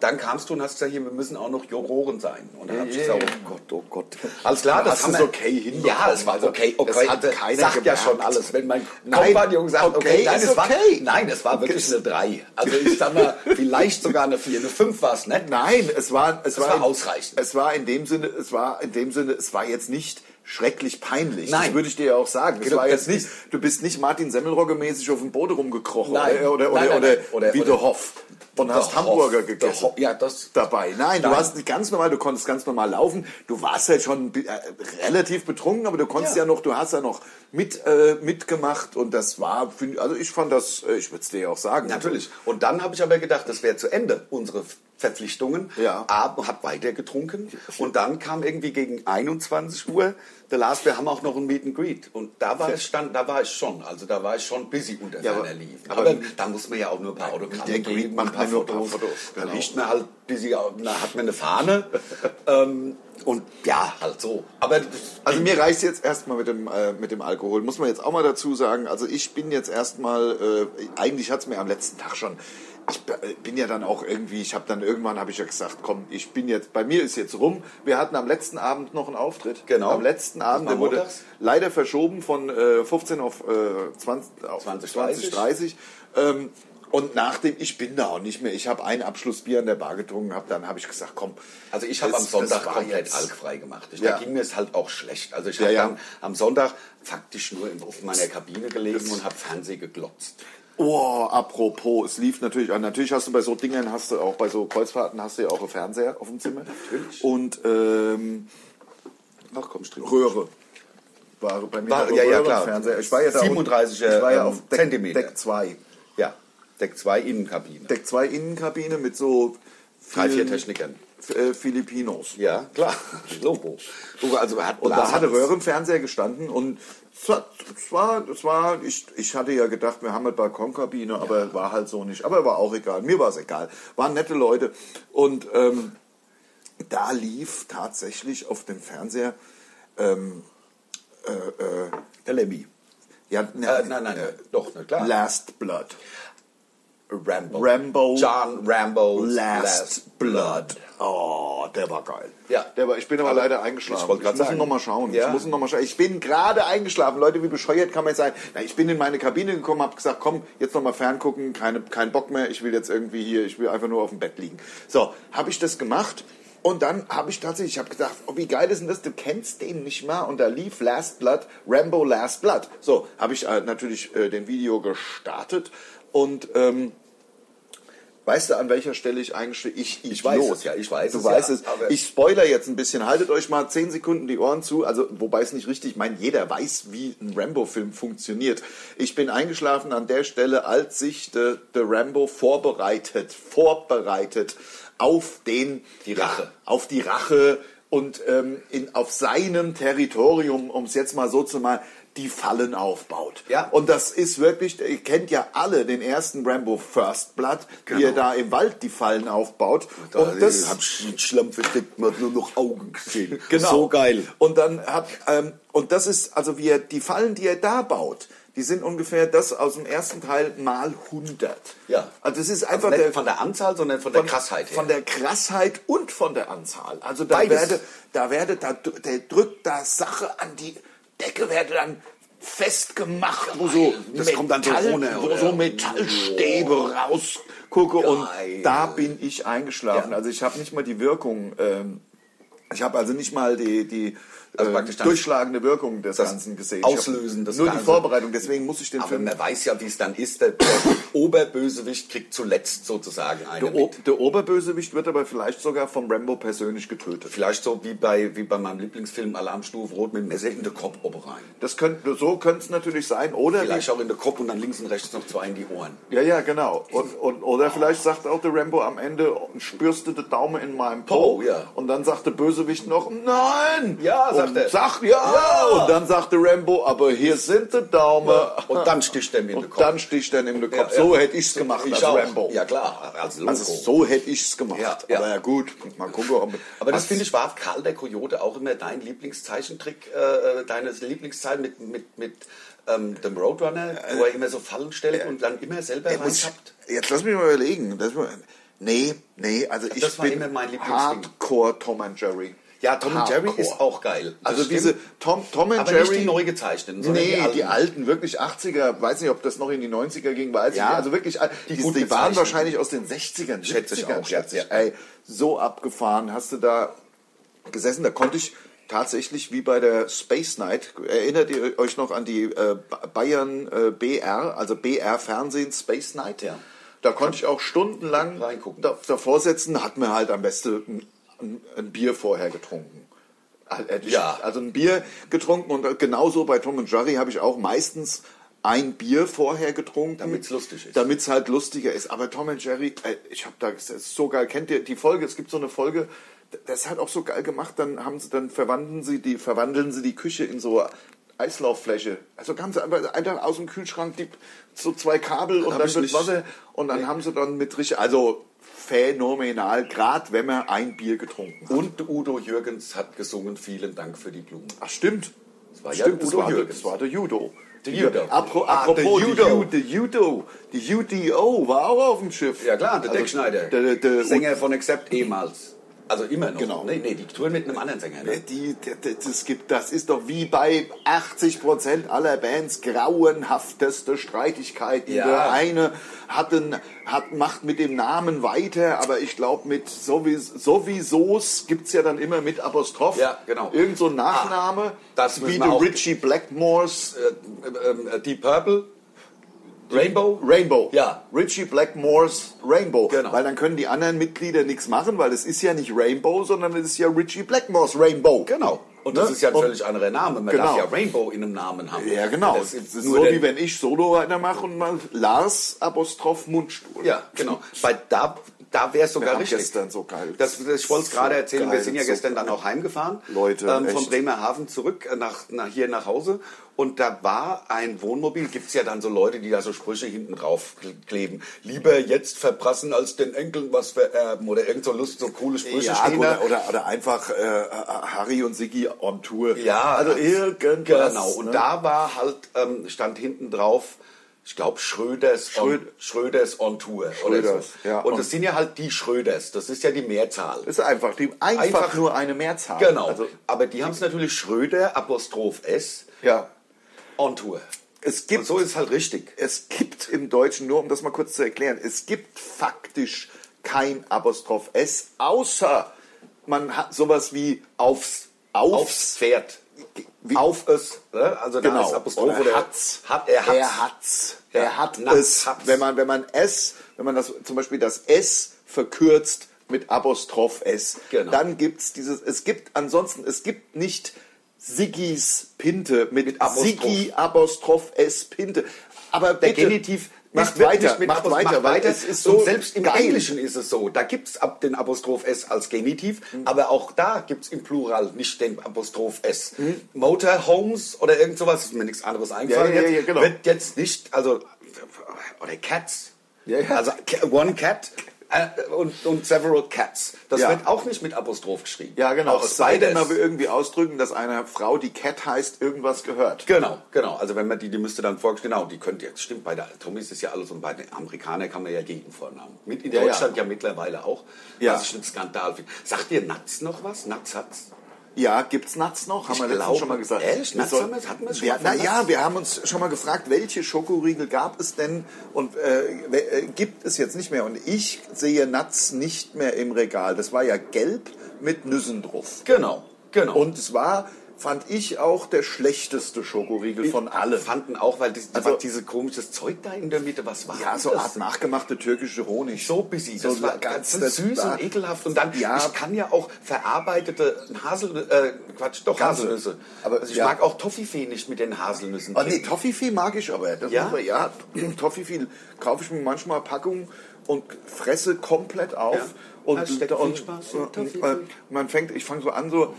dann kamst du und hast gesagt, hier, wir müssen auch noch Juroren sein. Und dann habe ich Yeah. gesagt, oh Gott, oh Gott. Alles klar, das Hast haben du's wir- okay hinbekommen? Ja, es war Also, okay. das okay. hat keiner sagt ja gemerkt. schon alles. Wenn mein Nein, Kompagnon sagt, okay, okay nein, ist es war, okay. nein, es war wirklich eine 3. Also ich sag mal, vielleicht sogar eine 4, eine ne? 5 war es nicht. Nein, es war, es Das war ausreichend. Es war in dem Sinne, es war in dem Sinne, es war jetzt nicht schrecklich peinlich. Das Nein. würde ich dir ja auch sagen. Es Genau, war das jetzt nicht, du bist nicht Martin Semmelrogge mäßig auf dem Boden rumgekrochen Nein. oder oder Nein, oder, nein, oder, nein. Oder- wie oder- der Hoff und Der hast Hoff, Hamburger der gegessen. Hoff, ja, das- dabei. Nein, du Nein. warst nicht ganz normal, du konntest ganz normal laufen. Du warst halt schon bi- äh, relativ betrunken, aber du konntest ja, Ja. noch, du hast ja noch mit äh, mitgemacht und das war find- also ich fand das äh, ich würde es dir ja auch sagen. Natürlich. Und dann habe ich aber gedacht, das wäre zu Ende, unsere Verpflichtungen. Ja. Aber habe weiter getrunken. Und dann kam irgendwie gegen 21 Uhr der Lars, wir haben auch noch ein Meet and Greet. Und da war, ich, stand, da war ich schon, also da war ich schon busy unter Ja, aber- seiner Liebe. aber- Aber, da muss man ja auch nur ein paar Autogramme Meet and Greet geben, macht ein paar man nur ein paar Fotos. Fotos, Dann genau. riecht man halt busy, auf- na, hat man eine Fahne. ähm, und ja, halt so. Aber das- Also mir reicht jetzt erstmal mit dem äh, mit dem Alkohol. Muss man jetzt auch mal dazu sagen. Also ich bin jetzt erstmal. Äh, eigentlich hat's mir am letzten Tag schon. Ich b- äh, bin ja dann auch irgendwie. Ich habe dann irgendwann habe ich ja gesagt, komm, ich bin jetzt. Bei mir ist jetzt rum. Wir hatten am letzten Abend noch einen Auftritt. Genau. Am letzten Abend war der wurde montags. leider verschoben von äh, 15 auf äh, 20 auf 20, 20 30. Ähm, und nachdem ich bin da auch nicht mehr. Ich habe ein Abschlussbier an der Bar getrunken. Hab dann habe ich gesagt, komm. Also ich habe das- am Sonntag das war komplett jetzt- alkfrei gemacht. Ich, Ja. Da ging mir es halt auch schlecht. Also ich Ja, habe ja. dann am Sonntag faktisch nur in, auf meiner Kabine gelegen und habe Fernseh geglotzt. Oh, apropos, es lief natürlich, ah, natürlich hast du bei so Dingen, hast du auch bei so Kreuzfahrten, hast du ja auch einen Fernseher auf dem Zimmer. Natürlich. Und ähm, Ach komm, Strich. Röhre. War bei mir War- noch ein ja, ja, klar. Röhrenfernseher. Ich war ja da 37er, ich war ja ähm, auf Deck, Zentimeter. Deck 2. Ja, Deck Hm. 2 Innenkabine. Deck 2 Innenkabine mit so Drei, vier vielen, Technikern. äh, Filipinos. Ja, klar. Lobo. Du, Also er hat Und da Blasen. hatte Röhrenfernseher gestanden und es war, es war, es war ich, ich hatte ja gedacht, wir haben eine Balkonkabine, aber war halt so nicht. Aber war auch egal, mir war es egal. Waren nette Leute und ähm, da lief tatsächlich auf dem Fernseher, ähm, äh, äh, Der Lemmy. ja, Äh, nein, nein, nein, doch, na klar. Last Blood. Rambo. Rambo. John Rambo. Last Blood. Oh, der war geil. Ja. Der war, ich bin aber, Aber leider eingeschlafen. ich wollte gerade muss ihn sagen. noch mal schauen. Ja. Ich muss ihn noch mal schauen. Ich bin gerade eingeschlafen. Leute, wie bescheuert kann man jetzt sein? Na, ich bin in meine Kabine gekommen, habe gesagt, komm, jetzt noch mal ferngucken, keine, kein Bock mehr. Ich will jetzt irgendwie hier, ich will einfach nur auf dem Bett liegen. So, habe ich das gemacht. Und dann habe ich tatsächlich, ich habe gedacht, oh, wie geil ist denn das? Du kennst den nicht mal. Und da lief Last Blood, Rambo Last Blood. So, habe ich äh, natürlich äh, den Video gestartet und ähm, Weißt du, an welcher Stelle ich eingestiegen Ich, ich, weiß es ja, ich weiß du es weißt ja, es. aber- Ich spoiler jetzt ein bisschen. Haltet euch mal 10 Sekunden die Ohren zu. Also, wobei es nicht richtig, ich meine, jeder weiß, wie ein Rambo-Film funktioniert. Ich bin eingeschlafen an der Stelle, als sich der der Rambo vorbereitet, vorbereitet auf den, Die Rache. auf die Rache und ähm, in, auf seinem Territorium, um es jetzt mal so zu malen, die Fallen aufbaut. Ja. Und das ist wirklich, ihr kennt ja alle den ersten Rambo First Blood, wie er da im Wald die Fallen aufbaut. und das Genau. hab ich Schlamm versteckt, man hat nur noch Augen gesehen. Genau. So geil. Und dann hat ähm, und das ist also wie er, die Fallen, die er da baut, die sind ungefähr das aus dem ersten Teil mal 100. Ja. Also es ist Also einfach nicht der von der Anzahl, sondern von der Krassheit her. Von der Krassheit und von der Anzahl. Also da Beides. werde da werde da dr- der drückt da Sache an die Decke werde dann festgemacht, wo so Das kommt dann so runter, wo oder? so Metallstäbe rausgucke und Geil. da bin ich eingeschlafen. Ja. Also ich habe nicht mal die Wirkung ähm, ich habe also nicht mal die, die Also äh, praktisch dann durchschlagende Wirkung des das Ganzen gesehen. Ich Auslösen hab des Nur die Ganzen. Vorbereitung, deswegen muss ich den Aber Film. man weiß ja, wie es dann ist. Der, der Oberbösewicht kriegt zuletzt sozusagen eine Der, mit. O- der Oberbösewicht wird aber vielleicht sogar vom Rambo persönlich getötet. Vielleicht so wie bei, wie bei meinem Lieblingsfilm Alarmstufe Rot mit dem Messer in den Kopf oben rein. Das könnte, so könnte es natürlich sein, oder? Vielleicht auch in den Kopf und dann links und rechts noch zwei in die Ohren. Ja, ja, genau. Und, und, oder vielleicht sagt auch der Rambo am Ende, spürste den Daumen in meinem Po. Po, Oh, ja. Und dann sagt der Bösewicht noch, nein! Ja, sagt und er. Sagt, ja. Und dann sagt der Rambo, aber hier sind die Daumen. Und dann sticht er mir in den Und Kopf. dann sticht er ihm in den Kopf. Ja, So ja. hätte ich es gemacht ich als auch. Rambo. Ja klar, als Logo. Also so hätte ich es gemacht. Ja, ja. Aber ja gut, mal gucken. Ob, Aber das was- finde ich war Karl der Coyote auch immer dein Lieblingszeichentrick, äh, deine Lieblingszeit mit, mit, mit ähm, dem Roadrunner, wo er immer so Fallen stellt und dann immer selber Ey, Äh, muss reinschappt. ich, jetzt lass mich mal überlegen. Das, nee, nee, also ich war bin immer mein Lieblingsding. Hardcore Tom and Jerry. Ja, Tom und Jerry Hardcore. ist auch geil. Das Also diese stimmt. Tom, Tom and Aber Jerry. nicht die neu gezeichneten, sondern nee, die alten. wirklich 80er, weiß nicht, ob das noch in die 90er ging, weiß ich Ja. nicht. Also wirklich, al- Die die, gut die waren gezeichneten. wahrscheinlich aus den 60ern, 70ern, Schätze ich auch, schätze ja, ich. ja. Ey, so abgefahren, hast du da gesessen, da konnte ich tatsächlich wie bei der Space Night, erinnert ihr euch noch an die äh, Bayern äh, BR, also BR Fernsehen Space Night? Ja. Da konnte ich auch stundenlang Reingucken. da, davor sitzen, hat mir halt am besten ein, ein, ein Bier vorher getrunken. Hätte ich- Ja. Also ein Bier getrunken und äh, genauso bei Tom und Jerry habe ich auch meistens ein Bier vorher getrunken. Damit's lustig ist. Damit es halt lustiger ist. Aber Tom und Jerry, äh, ich habe da, das ist so geil. Kennt ihr die Folge? Es gibt so eine Folge, d- das hat auch so geil gemacht. Dann haben sie, dann verwandeln sie die, verwandeln sie die Küche in so Eislauffläche. Also haben sie einfach, einfach aus dem Kühlschrank die, so zwei Kabel und hab dann ich wird nicht- Wasser und dann haben sie dann mit richtig, also phänomenal, gerade wenn man ein Bier getrunken hat. Und Udo Jürgens hat gesungen, vielen Dank für die Blumen. Ach stimmt. Das war ja Stimmt, das Udo war, der- Jürgens. das war der Judo. Der Die- Judo. Apro, Ah, apropos, der der Judo. Judo. Die, Judo. Die UDO war auch auf dem Schiff. Also, Ja klar, Also der Deckschneider. Der, der, der, Sänger von Accept ehemals. Also immer noch. Genau. Nee, nee, die touren mit einem anderen Sänger. Ne? Äh, Die, die- die- das, gibt, das ist doch wie bei 80% aller Bands grauenhafteste Streitigkeiten. Ja. Der eine hat einen, hat, macht mit dem Namen weiter, aber ich glaube, mit sowieso, sowiesos gibt es ja dann immer mit Apostroph. Ja, genau. Irgend so ein Nachname, das müssen wie wir der auch- Richie Blackmores Ähm, äh, Deep Purple, Rainbow. Rainbow. Ja. Richie Blackmore's Rainbow. Genau. Weil dann können die anderen Mitglieder nichts machen, weil es ist ja nicht Rainbow, sondern es ist ja Richie Blackmore's Rainbow. Genau. Und das Ne? ist ja ein Und- völlig anderer Name. Man Genau. darf ja Rainbow in einem Namen haben. Ja, genau. Das ist, nur so der, wie wenn ich Solo weitermache und mal Lars Apostroph Mundstuhl. Ja, genau. Weil da, da wäre es sogar Wir haben richtig. gestern so geil. Das, das, ich wollte es So gerade erzählen. geil, wir sind ja so gestern geil. dann auch heimgefahren. Leute, Ähm, von echt. Bremerhaven zurück äh, nach, nach, hier nach Hause. Und da war ein Wohnmobil. Gibt es ja dann so Leute, die da so Sprüche hinten drauf kleben. Lieber jetzt verprassen, als den Enkeln was vererben. Oder irgend so Lust, so coole Sprüche ne? Ja, stehen da. oder, oder, oder einfach äh, Harry und Siggi on Tour. Ja, also irgendwas. Genau, und ne? da war halt, ähm, stand hinten drauf, ich glaube, Schröders, on, Schröd- Schröders on Tour. oder Schröders, so. ja. Und Und- das sind ja halt die Schröders, das ist ja die Mehrzahl. ist einfach, die, einfach, Einfach- nur eine Mehrzahl. Genau, Also, aber die haben es natürlich Schröder, Apostroph S, ja. on Tour. Es Und gibt so ist es halt richtig. es gibt im Deutschen, nur um das mal kurz zu erklären, es gibt faktisch kein Apostroph S, außer man hat sowas wie aufs, aufs, Aufs Pferd. wie, Auf es, ne? also da Genau. ist Apostroph Oder oder hat's. Hat, er hat's. Er hat's. Ja. Er hat Na, es. hat's. Wenn man, wenn man S, wenn man das, zum Beispiel das S verkürzt mit Apostroph S, Genau. dann gibt's dieses, es gibt ansonsten, es gibt nicht Siggis Pinte mit, Apostroph. Siggi Apostroph S Pinte. Aber Der bitte, Genitiv Macht mit- weiter, nicht mit macht Apostroph, weiter, macht weil weiter. es ist so und selbst im geil. Englischen ist es so. Da gibt es ab den Apostroph S als Genitiv, Hm. aber auch da gibt es im Plural nicht den Apostroph S. Motorhomes oder irgend sowas, ist mir nichts anderes eingefallen. Ja, ja, ja, jetzt, ja, genau. Wird jetzt nicht, also, oder Cats. Ja, ja. Also ca- One Cat. äh, Und, und several cats. Das Ja. wird auch nicht mit Apostroph geschrieben. Ja, genau. Auch Es sei denn, man beides. will irgendwie ausdrücken, dass einer Frau, die Cat heißt, irgendwas gehört. Genau, genau. Also wenn man die, die müsste dann vor, genau, die könnte jetzt stimmt. Bei der Atomist ist ja alles und bei den Amerikanern kann man ja jeden Vornamen. Mit in Ja, ja. Deutschland ja. mittlerweile auch. Ja. Was ich einen Skandal finde. Sagt ihr Natz noch was? Natz hat's? Ja, gibt's Nuts noch? Haben Ich wir letztens glaube, schon mal gesagt. ehrlich? Nuts soll- haben wir- hatten wir schon ja, mal von Na Nuts? ja, wir haben uns schon mal gefragt, welche Schokoriegel gab es denn und äh, we- äh, gibt es jetzt nicht mehr. Und ich sehe Nuts nicht mehr im Regal. Das war ja gelb mit Nüssen drauf. Genau, genau. Und es war, fand ich auch, der schlechteste Schokoriegel von allen. fanden auch, weil die, Also- diese komisches Zeug da in der Mitte, was war Ja, so das? Art nachgemachte türkische Honig. so busy. Das So war ganz das süß war- und ekelhaft. Und dann, Ja. ich kann ja auch verarbeitete Hasel, äh, Quatsch, doch Ganze. Haselnüsse. Aber- also ich ja. mag auch Toffifee nicht mit den Haselnüssen. Ah, nee, Toffifee mag ich aber. Das Ja? muss man, ja, Toffifee kaufe ich mir manchmal Packungen und fresse komplett auf. Ja. Und, Da steckt und, viel Spaß in und- Toffifee. und man fängt, ich fange so an, so,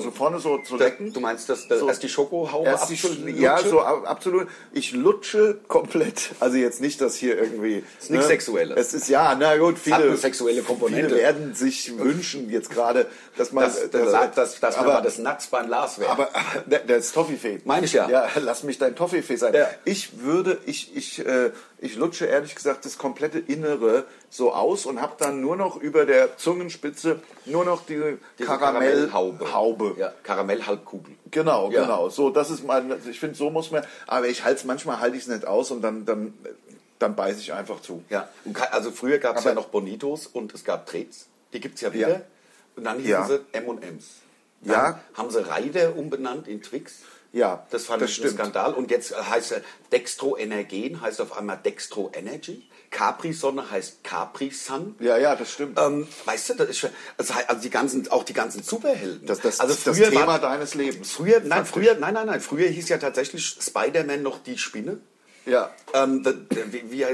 so vorne so zu lecken. Du meinst, dass, dass So. erst die Schokohaube Erst die abschütteln, Sch- ja, lutschen? so ab- absolut. Ich lutsche komplett. Also jetzt nicht, dass hier irgendwie. Ist nichts Sexuelles. Es ist ja, na gut, viele eine sexuelle Komponente. Viele werden sich wünschen jetzt gerade, dass man dass, dass, dass, dass, dass aber, das Nuts beim Lars wäre. Aber aber das ist Toffifee. Meine ich ja. Ja, lass mich dein Toffifee sein. Ja. Ich würde, ich, ich, äh, ich lutsche ehrlich gesagt das komplette Innere so aus und habe dann nur noch über der Zungenspitze nur noch diese, Diese Karamellhaube. Haube. Ja, Karamellhalbkugel. Genau, Ja. genau. So, das ist mein, also ich finde, so muss man, aber ich halte es, manchmal halte ich es nicht aus und dann, dann, dann beiße ich einfach zu. Ja. Und ka- also früher gab es Aber- ja noch Bonitos und es gab Trets. Die gibt es ja wieder. Ja. Und dann hießen Ja. sie M&M's. Dann Ja. haben sie Reide umbenannt in Twix. Ja, Das fand das ich stimmt. ein Skandal. Und jetzt äh, heißt er Dextroenergen, heißt auf einmal Dextro Energy. Capri-Sonne heißt Capri-Sun. Ja, ja, das stimmt. Ähm, weißt du, das ist, schon- also halt- also die ganzen, auch die ganzen Superhelden. Das, das, also also das früher Thema war- deines Lebens. Früher, nein, früher, nein, nein, nein, früher hieß ja tatsächlich Spider-Man noch die Spinne. Ja. Ähm, the, the, wie, wie,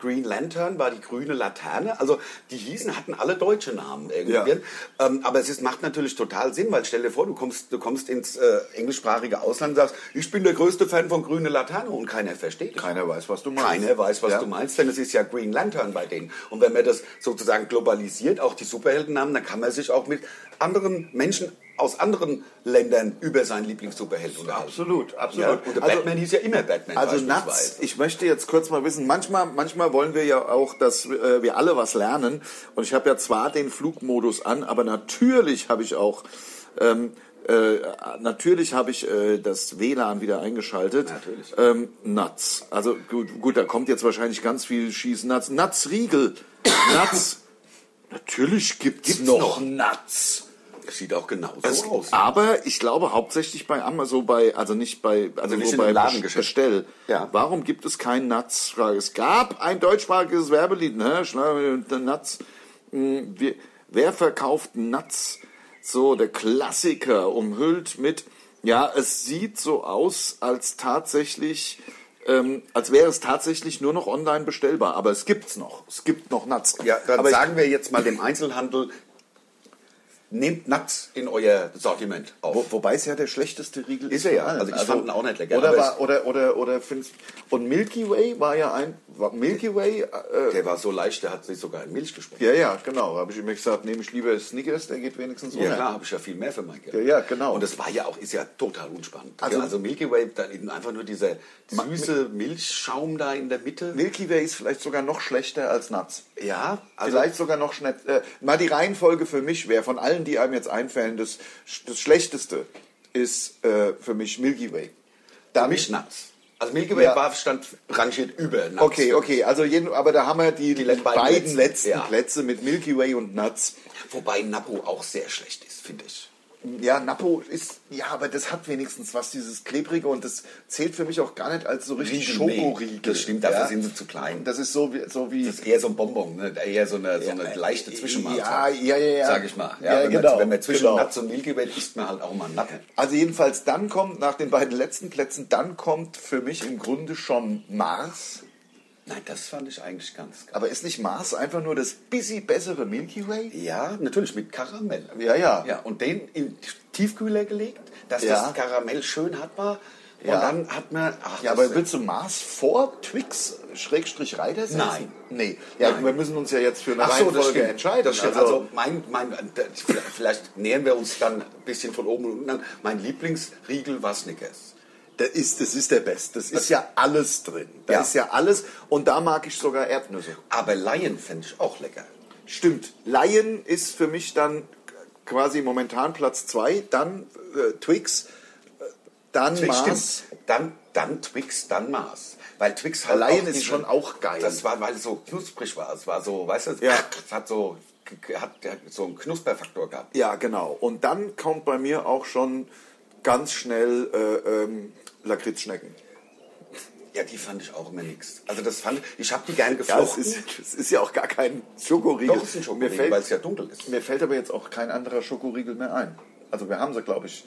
Green Lantern war die grüne Laterne. Also die hießen, hatten alle deutsche Namen irgendwie. Ähm, aber es ist, macht natürlich total Sinn, weil stell dir vor, du kommst, du kommst ins äh, englischsprachige Ausland und sagst, ich bin der größte Fan von grüne Laterne und keiner versteht. dich. Keiner weiß, was du meinst. Keiner weiß, was Ja. du meinst, denn es ist ja Green Lantern bei denen. Und wenn man das sozusagen globalisiert, auch die Superheldennamen, dann kann man sich auch mit anderen Menschen aus anderen Ländern über seinen Lieblingssuperhelden unterhalten. Absolut, absolut. Ja, und der Also- Batman hieß ja immer Batman. Also beispielsweise. Nuts, ich möchte jetzt kurz mal wissen, manchmal, manchmal wollen wir ja auch, dass äh, wir alle was lernen. Und ich habe ja zwar den Flugmodus an, aber natürlich habe ich auch, ähm, äh, natürlich habe ich äh, das WLAN wieder eingeschaltet. Natürlich. Ähm, Nuts. Also gut, gut, da kommt jetzt wahrscheinlich ganz viel Schießen. Nuts, Nuts Riegel. Nuts. Natürlich gibt's, Gibt's noch, noch Nuts. Das sieht auch genauso Es- aus. Aber ich glaube hauptsächlich bei Amazon, bei, also nicht bei, also nicht nur in bei einem Ladengeschäft. Bestell. Ja. Warum gibt es kein Nuts? Frage. Es gab ein deutschsprachiges Werbelied, ne? Schnell, äh, Nuts. Hm, wir- Wer verkauft Nuts? So, der Klassiker, umhüllt mit, ja, es sieht so aus, als tatsächlich, ähm, als wäre es tatsächlich nur noch online bestellbar. Aber es gibt's noch. Es gibt noch Nuts. Ja, dann Aber ich- sagen wir jetzt mal dem Einzelhandel, nehmt Nuts in euer Sortiment auf. Wo, wobei es ja der schlechteste Riegel ist. Ist er ja. von allen. Also ich fand ihn auch nicht lecker, Oder, aber war, es- oder, oder, oder find's, und Milky Way war ja ein. War Milky Way? Äh, Der war so leicht, der hat sich sogar in Milch gesprochen. ja, ja, genau. Habe ich immer gesagt, nehme ich lieber Snickers, der geht wenigstens Ja, ohne. klar, habe ich ja viel mehr für mein Geld. Ja, ja, genau. Und das war ja auch, ist ja total unspannend. Also- Also, also Milky Way, da eben einfach nur dieser süße Milchschaum da in der Mitte. Milky Way ist vielleicht sogar noch schlechter als Nuts. Ja, also Vielleicht sogar noch schnell. Äh, mal die Reihenfolge für mich wäre, von allen, die einem jetzt einfallen, das, das Schlechteste ist äh, für mich Milky Way. für mich Nuts. Also Milky Way Ja. war, stand rangiert über Nuts. Okay, okay, also jeden, aber da haben wir die, Die beiden, letzten- letzten Ja. Plätze mit Milky Way und Nuts. Wobei Napo auch sehr schlecht ist, finde ich. ja, Nappo ist, ja, aber das hat wenigstens was, dieses Klebrige und das zählt für mich auch gar nicht als so richtig Riegel, nee. Schokoriegel. Das stimmt, dafür ja. sind sie zu klein. Das ist so wie, so wie Das ist eher so ein Bonbon, ne? eher so eine, so eine leichte Zwischenmahlzeit. Ja, ja, ja, ja. Sag ich mal. Ja, Ja, wenn, genau, man, wenn man zwischen genau. Nuts und Milky Way isst man halt auch mal Nacken. Also jedenfalls dann kommt nach den beiden letzten Plätzen, dann kommt für mich im Grunde schon Mars. Nein, das fand ich eigentlich ganz geil. Aber ist nicht Mars einfach nur das bisschen bessere Milky Way? Ja, natürlich, mit Karamell. Ja, ja. Ja, und den in Tiefkühler gelegt, dass Ja. das Karamell schön hart war. Und Ja. dann hat man... Ach, Ja, das- aber willst du Mars vor Twix Schrägstrich Reiter setzen? Nein. Nee. Ja, Nein. wir müssen uns ja jetzt für eine Ach so, das Reihenfolge stimmt. entscheiden. Das stimmt. Also, Also, mein, mein, vielleicht nähern wir uns dann ein bisschen von oben und unten an. Mein Lieblingsriegel war Snickers. das, ist, das ist der Best. Das ist ja alles drin. Da Ja. ist ja alles. Und da mag ich sogar Erdnüsse. Aber Lion fände ich auch lecker. Stimmt. Lion ist für mich dann quasi momentan Platz 2, dann äh, Twix, äh, dann Twix, Mars. stimmt. Dann, dann Twix, dann Mars. Weil Twix halt Lion auch ist diese- schon auch geil. Das war, weil es so knusprig war. Es war so, weißt du, es Ja. hat so hat, hat so einen Knusperfaktor gehabt. Ja, genau. Und dann kommt bei mir auch schon ganz schnell äh, ähm, Lakritzschnecken. Ja, die fand ich auch immer nix. Also das fand ich, ich habe die gern Ja, es geflochten. ist, es ist ja auch gar kein Schokoriegel. Doch, es ist ein Mir Schokoriegel, fällt- weil es ja dunkel ist. Mir fällt aber jetzt auch kein anderer Schokoriegel mehr ein. Also wir haben sie, glaube ich,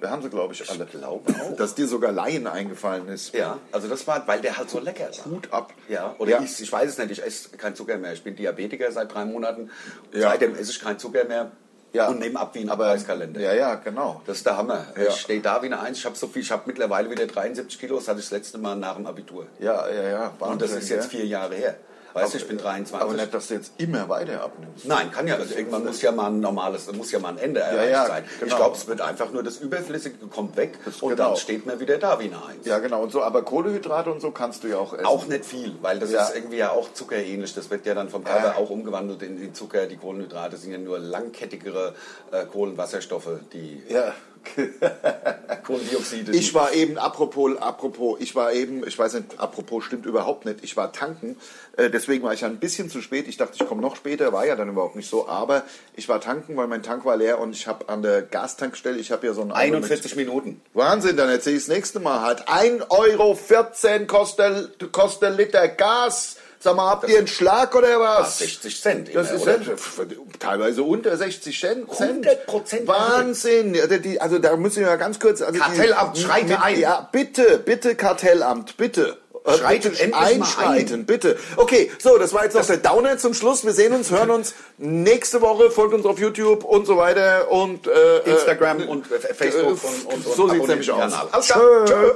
wir haben sie, glaube ich, alle. glaube auch. Dass dir sogar Laien eingefallen ist. Ja, also das war, weil der halt so lecker war. Gut ab. Ja, oder Ich, ich weiß es nicht, ich esse keinen Zucker mehr. Ich bin Diabetiker seit drei Monaten. Ja. Seitdem esse ich keinen Zucker mehr Ja. und nehme ab wie ein aber, Abreißkalender. Ja, ja, genau. Das ist der Hammer. Ja. Ich stehe da wie eine Eins. Ich habe so viel, ich habe mittlerweile wieder 73 Kilo. Das hatte ich das letzte Mal nach dem Abitur. Ja, ja, ja. Wahnsinn, und das ist jetzt ja. vier Jahre her. Weißt du, ich bin Aber 23. nicht, dass du jetzt immer weiter abnimmst. Nein, kann ja. Also irgendwann muss ja mal ein normales, muss ja mal ein Ende erreicht ja, sein. genau. Ich glaube, es wird einfach nur das Überflüssige kommt weg Das- und genau. dann steht man wieder da wie eine Eins. Ja, genau. Und so, aber Kohlehydrate und so kannst du ja auch essen. Auch nicht viel, weil das Ja. ist irgendwie ja auch zuckerähnlich. Das wird ja dann vom Körper Ja. auch umgewandelt in den Zucker. Die Kohlenhydrate sind ja nur langkettigere äh, Kohlenwasserstoffe, die Ja. Kohlendioxide. Ich war eben, apropos, apropos, ich war eben, ich weiß nicht, apropos stimmt überhaupt nicht, ich war tanken, äh, deswegen war ich ja ein bisschen zu spät, ich dachte, ich komme noch später, war ja dann überhaupt nicht so, aber ich war tanken, weil mein Tank war leer und ich habe an der Gastankstelle, ich habe ja so ein die 41 Minuten. Wahnsinn, dann erzähl ichs nächste Mal halt. 1,14 Euro kostet, kostet Liter Gas. Sag mal, habt ihr einen Schlag oder was? 60 Cent Das immer, ist oder? ja f- teilweise unter 60 Cent. 100% Wahnsinn. Also, die, also da müssen wir mal ganz kurz. Also die- Kartellamt, schreite mit- ein. Ja, bitte, bitte Kartellamt, bitte. Äh, Schreitet bitte endlich mal ein. einschreiten, bitte. Okay, so, das war jetzt noch der Downer zum Schluss. Wir sehen uns, hören uns nächste Woche. Folgt uns auf YouTube und so weiter und äh, Instagram äh, und äh, Facebook und, und, und so sieht's abonniert nämlich den aus. Kanal. Alles klar. Tschö. Tschö.